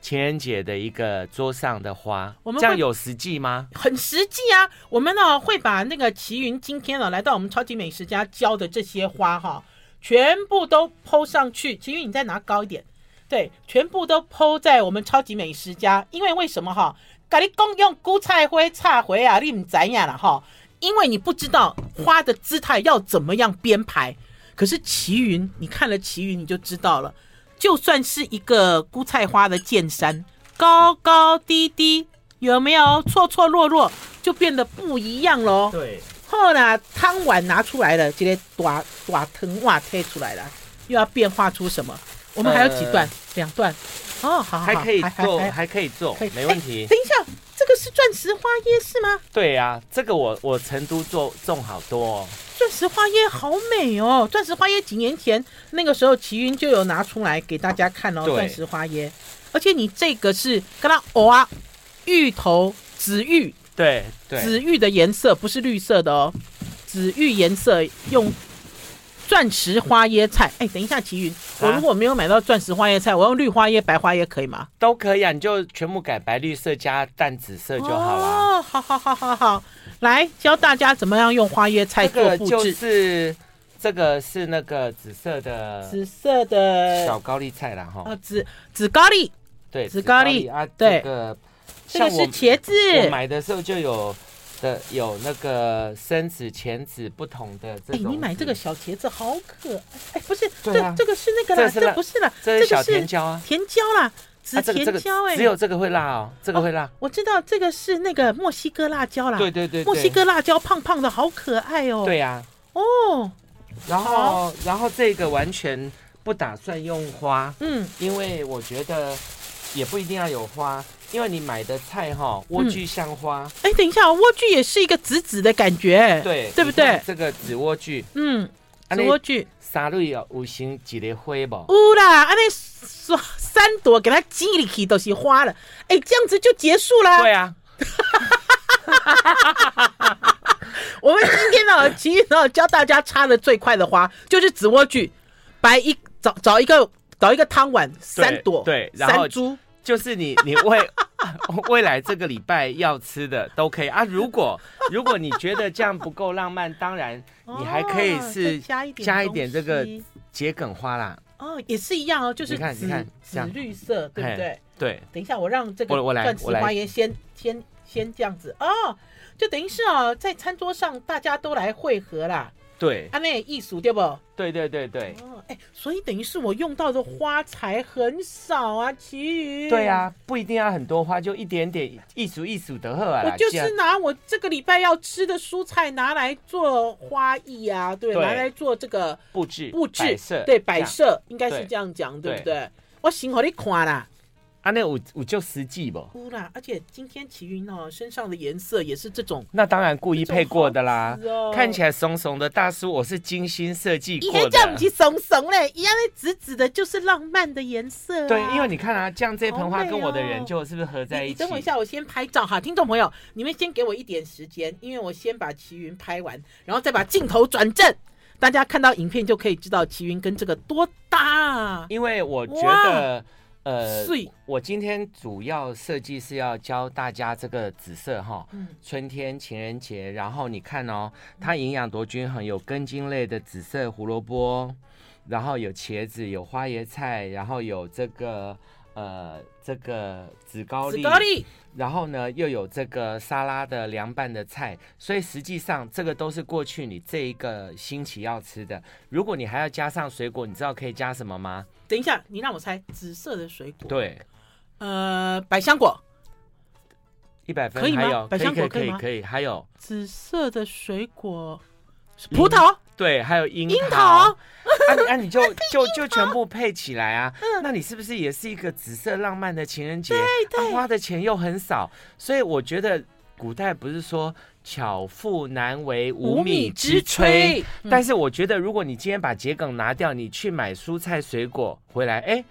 S2: 情人节的一个桌上的花
S1: 我，们会
S2: 这样有实际吗？
S1: 很实际啊！我们呢会把那个齐云今天呢来到我们超级美食家教的这些花哈，全部都剖上去。齐云，你再拿高一点，对，全部都剖在我们超级美食家。因为为什么哈？咖喱公用菇菜灰插回啊，你唔怎样了哈？因为你不知道花的姿态要怎么样编排。可是齐云，你看了齐云你就知道了，就算是一个菇菜花的剑山，高高低低，有没有错错落落，就变得不一样喽。
S2: 对，
S1: 后呢，汤碗拿出来了，这些短短藤哇推出来了，又要变化出什么？我们还有几段，两段。哦，好好好，
S2: 呃还可以做，
S1: 还还
S2: 还可以做
S1: 可以，，
S2: 没问
S1: 哎
S2: 题。
S1: 等一下，这个是钻石花椰是吗？
S2: 对啊，这个我我成都做种好多、哦。
S1: 钻石花椰好美哦！钻石花椰几年前那个时候，齐云就有拿出来给大家看哦，
S2: 对
S1: 钻石花椰。而且你这个是跟它藕啊，芋头紫玉，
S2: 对对，
S1: 紫玉的颜色不是绿色的哦，紫玉颜色用钻石花椰菜。哎，等一下，齐云，
S2: 啊
S1: 我如果没有买到钻石花椰菜，我用绿花椰、白花椰可以吗？
S2: 都可以啊，你就全部改白绿色加淡紫色就好了。
S1: 哦，好好好好好，来教大家怎么样用花椰菜
S2: 这
S1: 做
S2: 个
S1: 布
S2: 就
S1: 置。
S2: 是这个是那个紫色的
S1: 紫色的
S2: 小高丽菜啦，哈
S1: 啊，，紫紫高丽，
S2: 对，
S1: 紫高丽
S2: 啊，
S1: 对
S2: 这个
S1: 这个
S2: 像
S1: 是
S2: 我
S1: 茄子，
S2: 我买的时候就有的有那个深紫、浅紫不同的这
S1: 哎，
S2: 种。嗯
S1: 你买这个，小茄子好可爱！哎，不是，
S2: 对啊
S1: 这这个是那个啦，
S2: 这是辣
S1: 这不是啦，
S2: 这是
S1: 个
S2: 小
S1: 是
S2: 甜椒啊，
S1: 甜椒啦，紫
S2: 啊这个
S1: 甜
S2: 这个
S1: 椒哎，
S2: 只有这个会辣哦，这个会辣。
S1: 我知道这个是那个墨西哥辣椒啦，
S2: 对对对，
S1: 墨
S2: 对
S1: 西哥辣椒胖胖的好可爱哦，
S2: 对呀，
S1: 哦，
S2: 然后然后这个完全不打算用花，
S1: 嗯，
S2: 因为我觉得也不一定要有花，因为你买的菜哈，莴苣像花，
S1: 哎，等一下，莴苣也是一个紫紫的感觉，
S2: 对
S1: 对不
S2: 你看
S1: 对？
S2: 这个紫莴苣，
S1: 嗯，
S2: 啊
S1: 紫
S2: 你
S1: 莴苣，
S2: 沙律有五行几粒灰不？
S1: 呜啦，啊那说三朵给它挤里去都是花了，哎，这样子就结束啦。
S2: 对啊，
S1: 我们今天呢，其实呢教大家插的最快的花就是紫莴苣，白一找找一个找一个汤碗三朵，
S2: 对然后
S1: 三株，
S2: 就是你你未 未来这个礼拜要吃的都可以啊。如果如果你觉得这样不够浪漫，当然你还可以
S1: 哦再
S2: 是
S1: 加一点
S2: 加一点这个
S1: 东西
S2: 桔梗花啦，
S1: 哦，也是一样哦，就是
S2: 你看
S1: 紫
S2: 你看这
S1: 紫
S2: 样
S1: 绿色，对不
S2: 嘿
S1: 对？
S2: 对
S1: 等一下，我让这个
S2: 我我来
S1: 钻石
S2: 我来
S1: 花椰先先先这样子哦，就等于是哦，在餐桌上大家都来汇合啦，
S2: 对
S1: 啊，那艺术对不？
S2: 对对对对
S1: 哦，哎，所以等于是我用到的花材很少啊，其余
S2: 对。啊，不一定要很多花，就一点点一束一束的喝啊啦。
S1: 我就
S2: 这样
S1: 是拿我这个礼拜要吃的蔬菜拿来做花艺啊，对，
S2: 对
S1: 拿来做这个
S2: 布置
S1: 布置、
S2: 摆设
S1: 对，摆
S2: 这样
S1: 设应该是
S2: 对
S1: 这样讲，对不
S2: 对
S1: 对？我行，我你看啦，
S2: 啊，那我我就实际不？
S1: 哭啦！而且今天齐云哦，身上的颜色也是这种，
S2: 那当然故意配过的啦
S1: 这种好吃哦，
S2: 看起来怂怂的大叔，我是精心设计
S1: 以
S2: 过
S1: 前叫不
S2: 的。
S1: 起怂怂嘞，一样的紫紫的，就是浪漫的颜色啊、
S2: 对，因为你看啊，这样这盆
S1: 好
S2: 花
S1: 美
S2: 跟我的
S1: 哦
S2: 人就是不是合在
S1: 你
S2: 一
S1: 你
S2: 起？
S1: 等我一下，我先拍照哈，听众朋友，你们先给我一点时间，因为我先把齐云拍完，然后再把镜头转正，大家看到影片就可以知道齐云跟这个多搭啊！
S2: 因为我觉
S1: 哇
S2: 得，呃，
S1: 碎
S2: 我今天主要设计是要教大家这个紫色哈，
S1: 嗯
S2: 春天情人节，然后你看哦，它营养多均衡，有根茎类的紫色胡萝卜，然后有茄子，有花椰菜，然后有这个呃这个紫高
S1: 紫
S2: 丽，
S1: 高丽
S2: 然后呢又有这个沙拉的凉拌的菜，所以实际上这个都是过去你这一个星期要吃的。如果你还要加上水果，你知道可以加什么吗？
S1: 等一下，你让我猜，紫色的水果，
S2: 对，
S1: 呃，百香果，
S2: 一百分
S1: 可以吗
S2: 还有
S1: 百
S2: 可以
S1: 香果
S2: 可以可
S1: 可以
S2: 以
S1: 吗
S2: 可以，还有
S1: 紫色的水果，是葡萄，
S2: 对，还有樱
S1: 樱
S2: 桃
S1: 桃，
S2: 啊你 啊你就就就全部配起来啊，那你是不是也是一个紫色浪漫的情人节？
S1: 嗯对
S2: 啊花的钱又很少，所以我觉得古代不是说巧妇难为无米之炊，，
S1: 嗯
S2: 但是我觉得如果你今天把桔梗拿掉，你去买蔬菜水果回来，哎，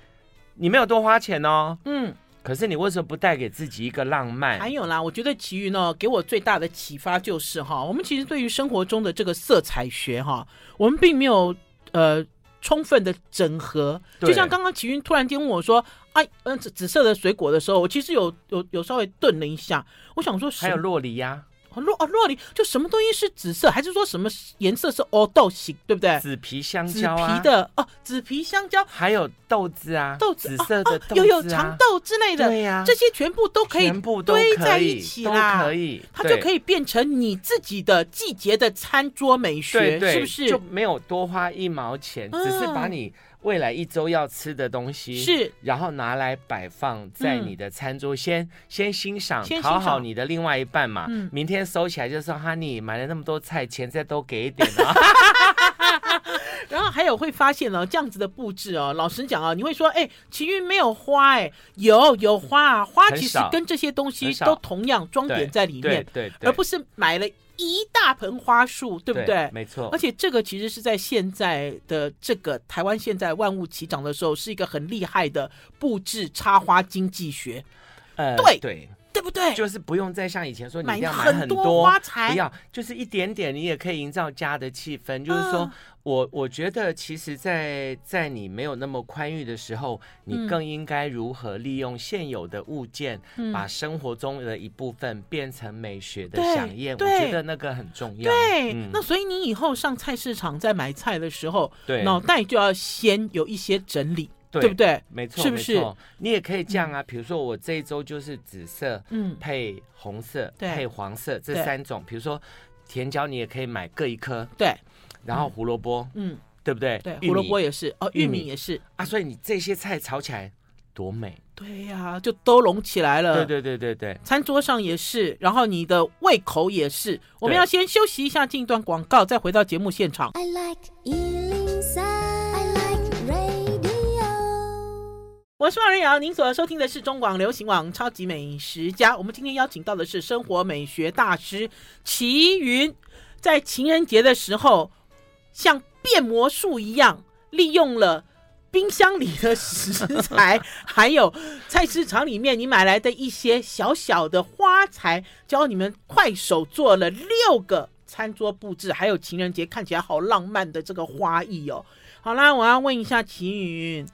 S2: 你没有多花钱哦，
S1: 嗯，
S2: 可是你为什么不带给自己一个浪漫？
S1: 还有啦，我觉得其余呢，给我最大的启发就是哈，我们其实对于生活中的这个色彩学哈，我们并没有呃充分的整合。
S2: 对
S1: 就像刚刚齐云突然间问我说：“哎，嗯、紫紫色的水果”的时候，我其实有有有稍微顿了一下，我想说什
S2: 还有洛梨呀、
S1: 哦洛哦洛梨，就什么东西是紫色，还是说什么颜色是哦豆型，对不对？
S2: 紫皮香
S1: 紫
S2: 蕉啊
S1: 皮，的哦，紫皮香蕉、
S2: 还有豆子啊，
S1: 豆子、
S2: 紫色的
S1: 哦哦
S2: 豆子、啊
S1: 有有长豆之类的，
S2: 对呀
S1: 这些全部都可以
S2: 全部都
S1: 堆
S2: 可
S1: 在
S2: 以
S1: 一起
S2: 都
S1: 啦，
S2: 可以，
S1: 它就
S2: 对
S1: 可以变成你自己的季节的餐桌美
S2: 对
S1: 学，
S2: 对，
S1: 是不是
S2: 就？没有多花一毛钱，
S1: 嗯
S2: 只是把你未来一周要吃的东西，
S1: 是
S2: 然后拿来摆放在你的餐桌，先先欣赏
S1: 先，欣赏
S2: 讨好你的另外一半嘛。
S1: 嗯
S2: 明天收起来就说哈，你买了那么多菜，钱再多给一点啊。
S1: 然后还有会发现哦，这样子的布置哦，老实讲哦，你会说，哎，奇云没有花，哎，有有花啊，花
S2: 嗯很
S1: 其实
S2: 少
S1: 跟这些东西
S2: 很少
S1: 都同样装点在里
S2: 对
S1: 面，
S2: 对对，
S1: 而不是买了一大盆花束，对
S2: 对
S1: 不对？
S2: 没错
S1: 而。且这个其实是在现在的这个台湾现在万物齐涨的时候，是一个很厉害的布置插花经济学，
S2: 呃
S1: 对
S2: 对，
S1: 对不对？
S2: 就是不用再像以前说你一
S1: 买
S2: 定要买
S1: 很
S2: 很
S1: 多
S2: 多
S1: 花材
S2: 不，要，就是一点点，你也可以营造家的气氛。就是说
S1: 嗯
S2: 我我觉得，其实在，在你没有那么宽裕的时候，
S1: 嗯
S2: 你更应该如何利用现有的物件，
S1: 嗯
S2: 把生活中的一部分变成美学的
S1: 对
S2: 飨宴。我
S1: 对
S2: 觉得那个很重要。
S1: 对，
S2: 嗯
S1: 那所以你以后上菜市场在买菜的时候，
S2: 对
S1: 脑袋就要先有一些整理，
S2: 对
S1: 不对？
S2: 没错，
S1: 是不是
S2: 没错？你也可以这样啊，比如说我这一周就是紫色
S1: 嗯，
S2: 配红色
S1: 对
S2: 配黄色这
S1: 对
S2: 三种，比如说甜椒你也可以买各一颗，
S1: 对，
S2: 然后胡萝卜，
S1: 嗯，
S2: 对不对？
S1: 对，
S2: 玉
S1: 胡萝
S2: 米
S1: 卜也是，哦，
S2: 玉
S1: 玉米
S2: 米
S1: 也是，
S2: 啊，所以你这些菜炒起来多美！
S1: 对呀、就都拢起来了。
S2: 对对对对对，
S1: 餐桌上也是，然后你的胃口也是。我们
S2: 对
S1: 要先休息一下，进一段广告，再回到节目现场。
S3: I like Ealing Sound. I like radio.
S1: 我是王瑞瑶，您所收听的是中广流行网《超级美食家》。我们今天邀请到的是生活美学大师齐云，在情人节的时候，像变魔术一样，利用了冰箱里的食材，还有菜市场里面你买来的一些小小的花材，教你们快手做了六个餐桌布置，还有情人节看起来好浪漫的这个花艺哦。好啦，我要问一下齐云。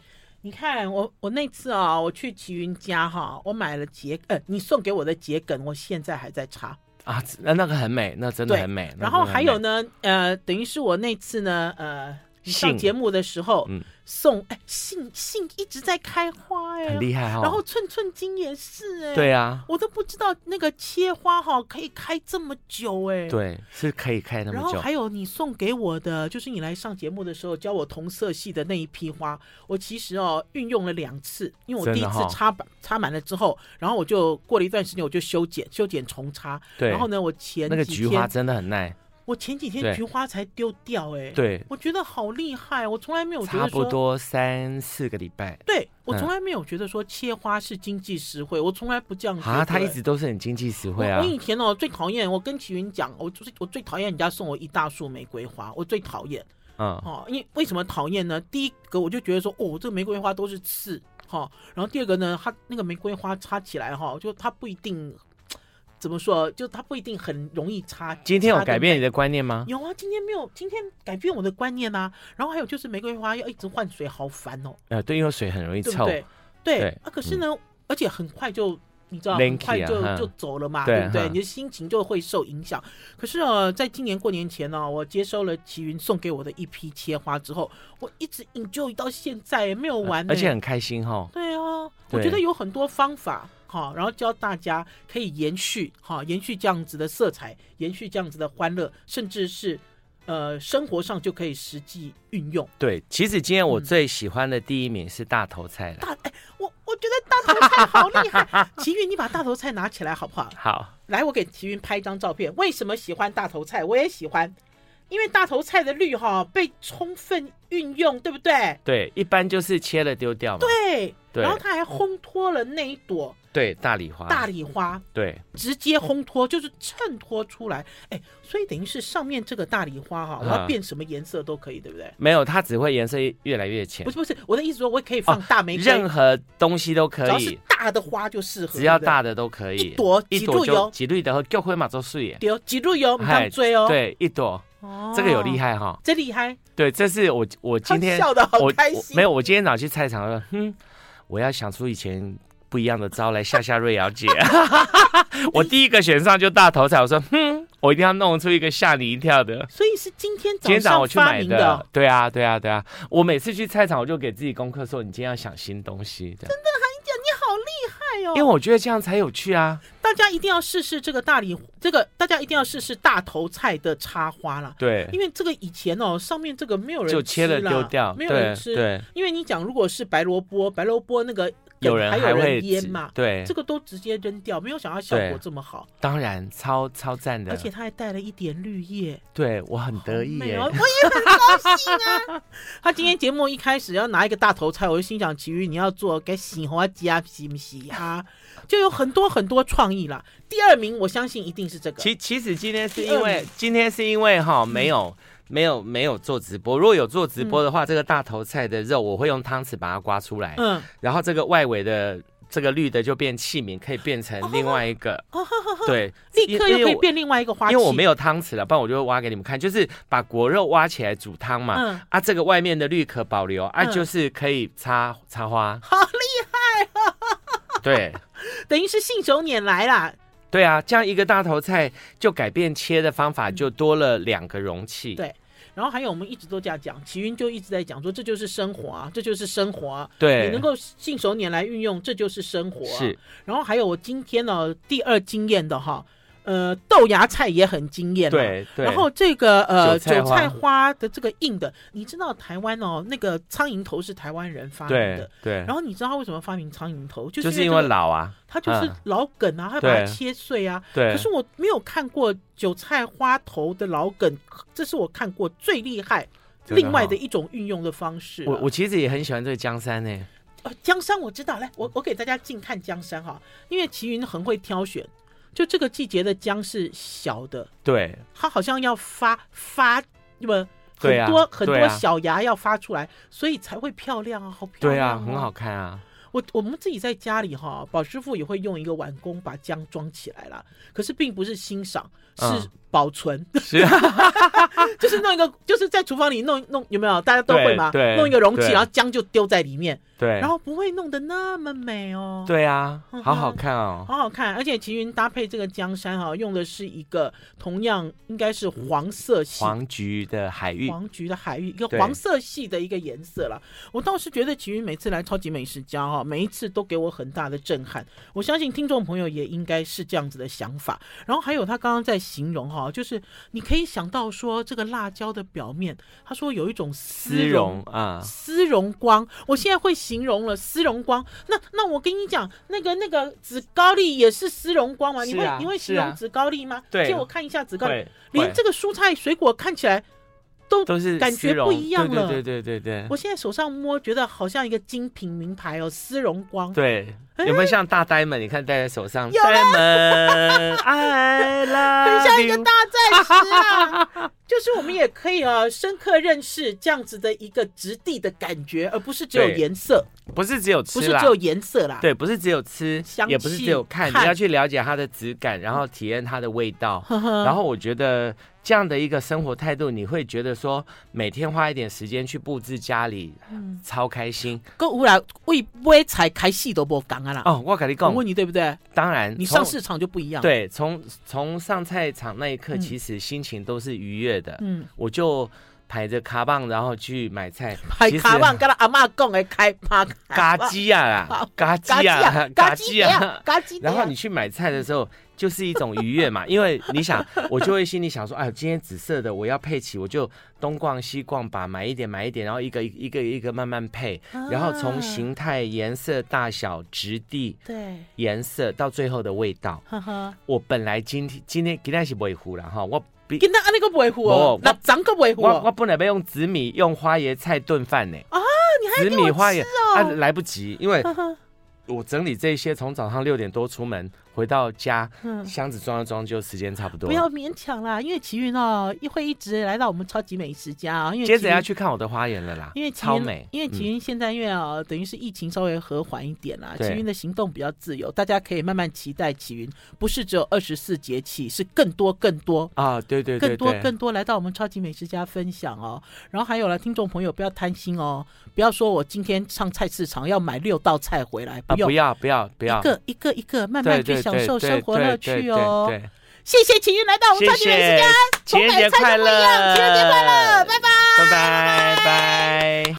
S1: 你看我我那次啊、我去齐云家哈，我买了桔呃，你送给我的桔梗，我现在还在插。
S2: 啊，那那个很美，那真的
S1: 对
S2: 很美。那
S1: 然后
S2: 真的很
S1: 还有
S2: 美，
S1: 呢，呃，等于是我那次呢，呃，你上
S2: 杏
S1: 节目的时候、
S2: 嗯
S1: 送，哎，杏杏一直在开花哎、
S2: 很厉害哈。
S1: 然后寸寸金也是哎、
S2: 对啊，
S1: 我都不知道那个切花哈可以开这么久哎、。
S2: 对，是可以开那
S1: 然
S2: 么
S1: 后
S2: 久
S1: 还。有你送给我的，就是你来上节目的时候教我同色系的那一批花，我其实哦运用了两次，因为我
S2: 真
S1: 第一
S2: 的
S1: 次
S2: 哈
S1: 插满插满了之后，然后我就过了一段时间我就修剪修剪重插，
S2: 对
S1: 然后呢我前
S2: 那个
S1: 几
S2: 菊
S1: 天
S2: 花真的很耐，
S1: 我前几天
S2: 对
S1: 菊花才丢掉、哎，，
S2: 对，
S1: 我觉得好厉害，我从来没有觉
S2: 差
S1: 得
S2: 不
S1: 说，
S2: 多三四个礼拜
S1: 对我
S2: 嗯
S1: 从来没有觉得说切花是经济实惠，我从来不这样觉得、
S2: 啊，它一
S1: 哎
S2: 直都是很经济实
S1: 我
S2: 惠啊
S1: 我。以前哦最讨厌，我跟齐云讲，我最我最讨厌人家送我一大束玫瑰花，我最讨厌
S2: 嗯，
S1: 哦，因为为什么讨厌呢？第一个我就觉得说，哦，这玫瑰花都是刺哈、哦，然后第二个呢，它那个玫瑰花插起来哈、就它不一定怎么说，就它不一定很容易插。
S2: 今天有
S1: 插得
S2: 改变你的观念吗？
S1: 有啊，今天没有，今天改变我的观念呐、然后还有就是玫瑰花要一直换水，好烦哦，
S2: 呃，对，因为水很容易
S1: 对不。
S2: 臭
S1: 对？对
S2: 对
S1: 啊，可是呢，而且很快就你知道
S2: 冷
S1: 很快
S2: 气啊
S1: 就、
S2: 哈
S1: 就走了嘛，
S2: 对
S1: 对不对？
S2: 哈
S1: 你的心情就会受影响。可是呃，在今年过年前呢、我接收了齐云送给我的一批切花之后，我一直 enjoy 到现在，没有完、呢
S2: 呃而且很开心哈。
S1: 对啊，我
S2: 对
S1: 觉得有很多方法好，然后教大家可以延续哈，延续这样子的色彩，延续这样子的欢乐，甚至是呃生活上就可以实际运用。
S2: 对，其实今天我
S1: 嗯
S2: 最喜欢的第一名是大头菜了。
S1: 大哎，我我觉得大头菜好厉害， 齐云，你把大头菜拿起来好不好？
S2: 好，
S1: 来，我给齐云拍一张照片。为什么喜欢大头菜？我也喜欢，因为大头菜的绿哈被充分运用，对不对？
S2: 对，一般就是切了丢掉嘛。
S1: 对，
S2: 对
S1: 然后他还烘托了那一朵
S2: 对，大礼花。
S1: 大礼花，
S2: 对
S1: 直接烘托，就是衬托出来。哎，所以等于是上面这个大礼花哈、我要
S2: 嗯
S1: 变什么颜色都可以，对不对？
S2: 没有，它只会颜色越来越浅
S1: 不。是不是，我的意思说，我可以放大玫瑰，
S2: 哦任何东西都
S1: 只
S2: 可
S1: 要是
S2: 以，
S1: 大的花就适合，
S2: 只
S1: 对
S2: 要
S1: 不对
S2: 大的都可以。
S1: 一朵
S2: 一
S1: 几
S2: 朵
S1: 朵
S2: 就
S1: 哟
S2: 几绿的和就会马做素耶。
S1: 对哦，几路油，你
S2: 嗨
S1: 看追哦，，
S2: 对，一朵，这个有厉
S1: 害，
S2: 害哈。
S1: 哦这厉害，
S2: 对，这是我我今天
S1: 他笑的好
S2: 我我
S1: 开心，
S2: 没有，我今天早上去菜场了，哼，我要想出以前不一样的招来吓吓瑞瑶姐。 我第一个选上就大头彩，我说，哼，我一定要弄出一个吓你一跳的。
S1: 所以是今天
S2: 今天早上
S1: 上
S2: 我去
S1: 发
S2: 买
S1: 明
S2: 的，对啊，对啊，对啊。我每次去菜场，我就给自己功课说，你今天要想新东西，真的，
S1: 哎
S2: 因为
S1: 呦，
S2: 我觉得这样才有趣啊。
S1: 大家一定要试试这个大礼，这个大家一定要试试大头菜的插花啦。
S2: 对，
S1: 因为这个以前哦，上面这个没有人
S2: 就切了
S1: 吃啦
S2: 丢掉，
S1: 没有人
S2: 对
S1: 吃，
S2: 对，
S1: 因为你讲如果是白萝卜，白萝卜那个
S2: 有人
S1: 还
S2: 还
S1: 有
S2: 会
S1: 人腌
S2: 指
S1: 嘛，
S2: 对
S1: 这，个都直接扔掉，没有想到效
S2: 对
S1: 果这么好，
S2: 当然超超赞的，
S1: 而且它还带了一点绿叶，
S2: 对我很得意
S1: 好美
S2: 耶
S1: 哦，，我也很高兴啊。 他今天节目一开始要拿一个大头菜，我就心想，其余你要做该喜欢加喜不喜啊，就有很多很多创意啦。第二名我相信一定是这个，
S2: 其其实今天是
S1: 第
S2: 因
S1: 二
S2: 为
S1: 名嗯
S2: 今天是因为哈没有没有没有做直播，如果有做直播的话，这个大头菜的肉我会用汤匙把它刮出来，
S1: 嗯，
S2: 然后这个外围的这个绿的就变器皿，可以变成另外一个，
S1: 哦呵呵呵，
S2: 对，
S1: 立刻
S2: 因
S1: 又
S2: 因为
S1: 可以
S2: 我
S1: 变另外一个花器，
S2: 因为我没有汤匙了，不然我就会挖给你们看，就是把果肉挖起来煮汤嘛。
S1: 嗯
S2: 啊，这个外面的绿壳保留，啊，
S1: 嗯，
S2: 就是可以插插花
S1: 好厉啊
S2: 对，
S1: 害，等于是信手拈来啦。
S2: 对啊，这样一个大头菜就改变切的方法，就多了两个容器。
S1: 对然后还有我们一直都这样讲，齐云就一直在讲说这就是生活啊，这就是生活啊。
S2: 对，
S1: 你能够信手拈来运用，这就是生活、啊。
S2: 是。
S1: 然后还有我今天呢、第二惊艳的哈，呃，豆芽菜也很惊艳、啊。。
S2: 对对。
S1: 然后这个呃
S2: 韭菜
S1: 韭
S2: 花
S1: 菜花的这个硬的，你知道台湾哦，那个苍蝇头是台湾人发明
S2: 对
S1: 的。
S2: 对，
S1: 然后你知道他为什么发明苍蝇头？就
S2: 就是是
S1: 因
S2: 因
S1: 为
S2: 为
S1: 这个
S2: 老啊，
S1: 它就是
S2: 嗯
S1: 老梗啊，它把它
S2: 对
S1: 切碎啊。
S2: 对
S1: 可，是我没有看过韭菜花头的老梗，这是我看过最厉害。
S2: 真的
S1: 另外的
S2: 哦
S1: 一种运用的方式啊，
S2: 我我其实也很喜欢这个江山呢、
S1: 呃，江山我知道，来，我我给大家近看江山哈，因为齐云很会挑选，就这个季节的姜是小的，
S2: 对
S1: 它好像要发发不、
S2: 对
S1: 很
S2: 啊
S1: 多、很
S2: 对
S1: 多
S2: 啊
S1: 小芽要发出来，所以才会漂亮啊，好漂
S2: 对
S1: 亮、
S2: 啊，很好。看 啊。
S1: 我我们自己在家里哈，宝师傅也会用一个碗弓把姜装起来啦，可是并不是欣赏，
S2: 嗯
S1: 是保存，
S2: 是啊，
S1: 就是弄一个，就是在厨房里弄弄，有没有？大家都会嘛，
S2: 对对
S1: 弄一个容器，
S2: 对
S1: 然后姜就丢在里面，
S2: 对，
S1: 然后不会弄得那么美哦。
S2: 对啊
S1: 嗯，
S2: 好好看哦。
S1: 好好看，而且齐云搭配这个江山哈、用的是一个同样应该是黄色系
S2: 黄菊的海芋，
S1: 黄橘的海域，一个
S2: 对
S1: 黄色系的一个颜色了。我倒是觉得齐云每次来超级美食家哈、每一次都给我很大的震撼。我相信听众朋友也应该是这样子的想法。然后还有他刚刚在形容哈、就是你可以想到说这个辣椒的表面，他说有一种丝
S2: 丝绒啊，
S1: 丝绒光，我现在会形容了丝绒光。那那我跟你讲，那个那个紫高丽也是丝绒光吗？你
S2: 是
S1: 会、
S2: 啊
S1: 你会形
S2: 是
S1: 容
S2: 啊
S1: 紫高丽吗？
S2: 对
S1: 借我看一下紫高丽，
S2: 会
S1: 连这
S2: 个
S1: 个蔬菜水果看起来都，
S2: 都是
S1: 感觉
S2: 丝绒
S1: 不一样了
S2: 对对对对对
S1: 我现在手上摸觉得好像一个精品名牌哦，丝绒光。
S2: 对
S1: 哎
S2: 对，有没有像大呆们？你看戴在手上，
S1: 有
S2: 呆们 ，I
S1: 很
S2: love
S1: 像一个
S2: you
S1: 大战士 啊！就是我们也可以啊，深刻认识这样子的一个质地的感觉，而不是只有
S2: 对
S1: 颜色，
S2: 不是只有
S1: 不
S2: 吃
S1: 是
S2: 啦
S1: 只，有颜色啦。
S2: 对，不是只有吃
S1: 香，
S2: 也不是
S1: 气
S2: 只有看，你
S1: 看
S2: 要去了解它的质感，然后体验它的味道。
S1: 呵呵，
S2: 然后我觉得这样的一个生活态度，你会觉得说每天花一点时间去布置家里，
S1: 嗯
S2: 超开心
S1: 跟乌来为为才开戏都不讲啊啦。
S2: 哦。我跟你
S1: 我
S2: 讲，
S1: 问你对不对？
S2: 当然
S1: 你
S2: 从
S1: 上市场就不一样。，
S2: 对，从从上菜场那一刻，
S1: 嗯
S2: 其实心情都是愉悦的。
S1: 嗯，
S2: 我就排着卡棒，然后去买菜，
S1: 还
S2: 其实
S1: 卡棒跟他阿嬷讲的开趴
S2: 嘎叽啊啦，嘎
S1: 嘎
S2: 叽啊
S1: 叽，
S2: 嘎
S1: 嘎
S2: 叽
S1: 叽
S2: 啊
S1: 啊，。 嘎叽。
S2: 然后你去买菜的时候，就是一种愉 悦嘛，因为你想，我就会心里想说，哎，今天紫色的我要配齐，我就东逛西逛吧，买一点买一点，然后一个一个一个慢慢配，然后从
S1: 啊
S2: 形态、颜色、大小、质地、
S1: 对，
S2: 颜色到最后的味道。
S1: 呵呵，
S2: 我本来今天今天今天是不会糊了哈，我比
S1: 今天安尼个维护
S2: 没
S1: 哦
S2: 我，
S1: 那长个维护
S2: 我我
S1: 哦。
S2: 本来要用紫米用花椰菜炖饭呢。啊，
S1: 哎
S2: 你还紫米花椰
S1: 哦
S2: 啊，来不及，因为
S1: 呵呵
S2: 我整理这些，从早上六点多出门回到家，
S1: 嗯
S2: 箱子装一装就时间差不多。
S1: 不要勉强啦，因为奇云哦，一会一直来到我们超级美食家啊。因为
S2: 接着
S1: 奇
S2: 要
S1: 云
S2: 去看我的花园了啦，
S1: 因为
S2: 超
S1: 奇云
S2: 美，
S1: 因为奇
S2: 嗯
S1: 云现在因为啊、等于是疫情稍微和缓一点啦，
S2: 对
S1: 奇云的行动比较自由，大家可以慢慢期待奇云，不是只有二十四节气，是更多更多。
S2: 啊，对对对
S1: 更多
S2: 对，
S1: 更多来到我们超级美食家分享哦，然后还有了听众朋友不要贪心哦，不要说我今天上菜市场要买六道菜回来，
S2: 啊，
S1: 用，
S2: 不要不要不要
S1: 一，个一个一个慢
S2: 对
S1: 慢
S2: 对
S1: 去享
S2: 对
S1: 受
S2: 对
S1: 生活
S2: 对
S1: 乐
S2: 对
S1: 趣
S2: 对
S1: 哦。
S2: 对
S1: 谢谢秦云来到我们超级美食家，
S2: 情人
S1: 从买
S2: 节
S1: 菜
S2: 快
S1: 都不
S2: 乐
S1: 一样情人节快乐拜拜
S2: 拜拜拜。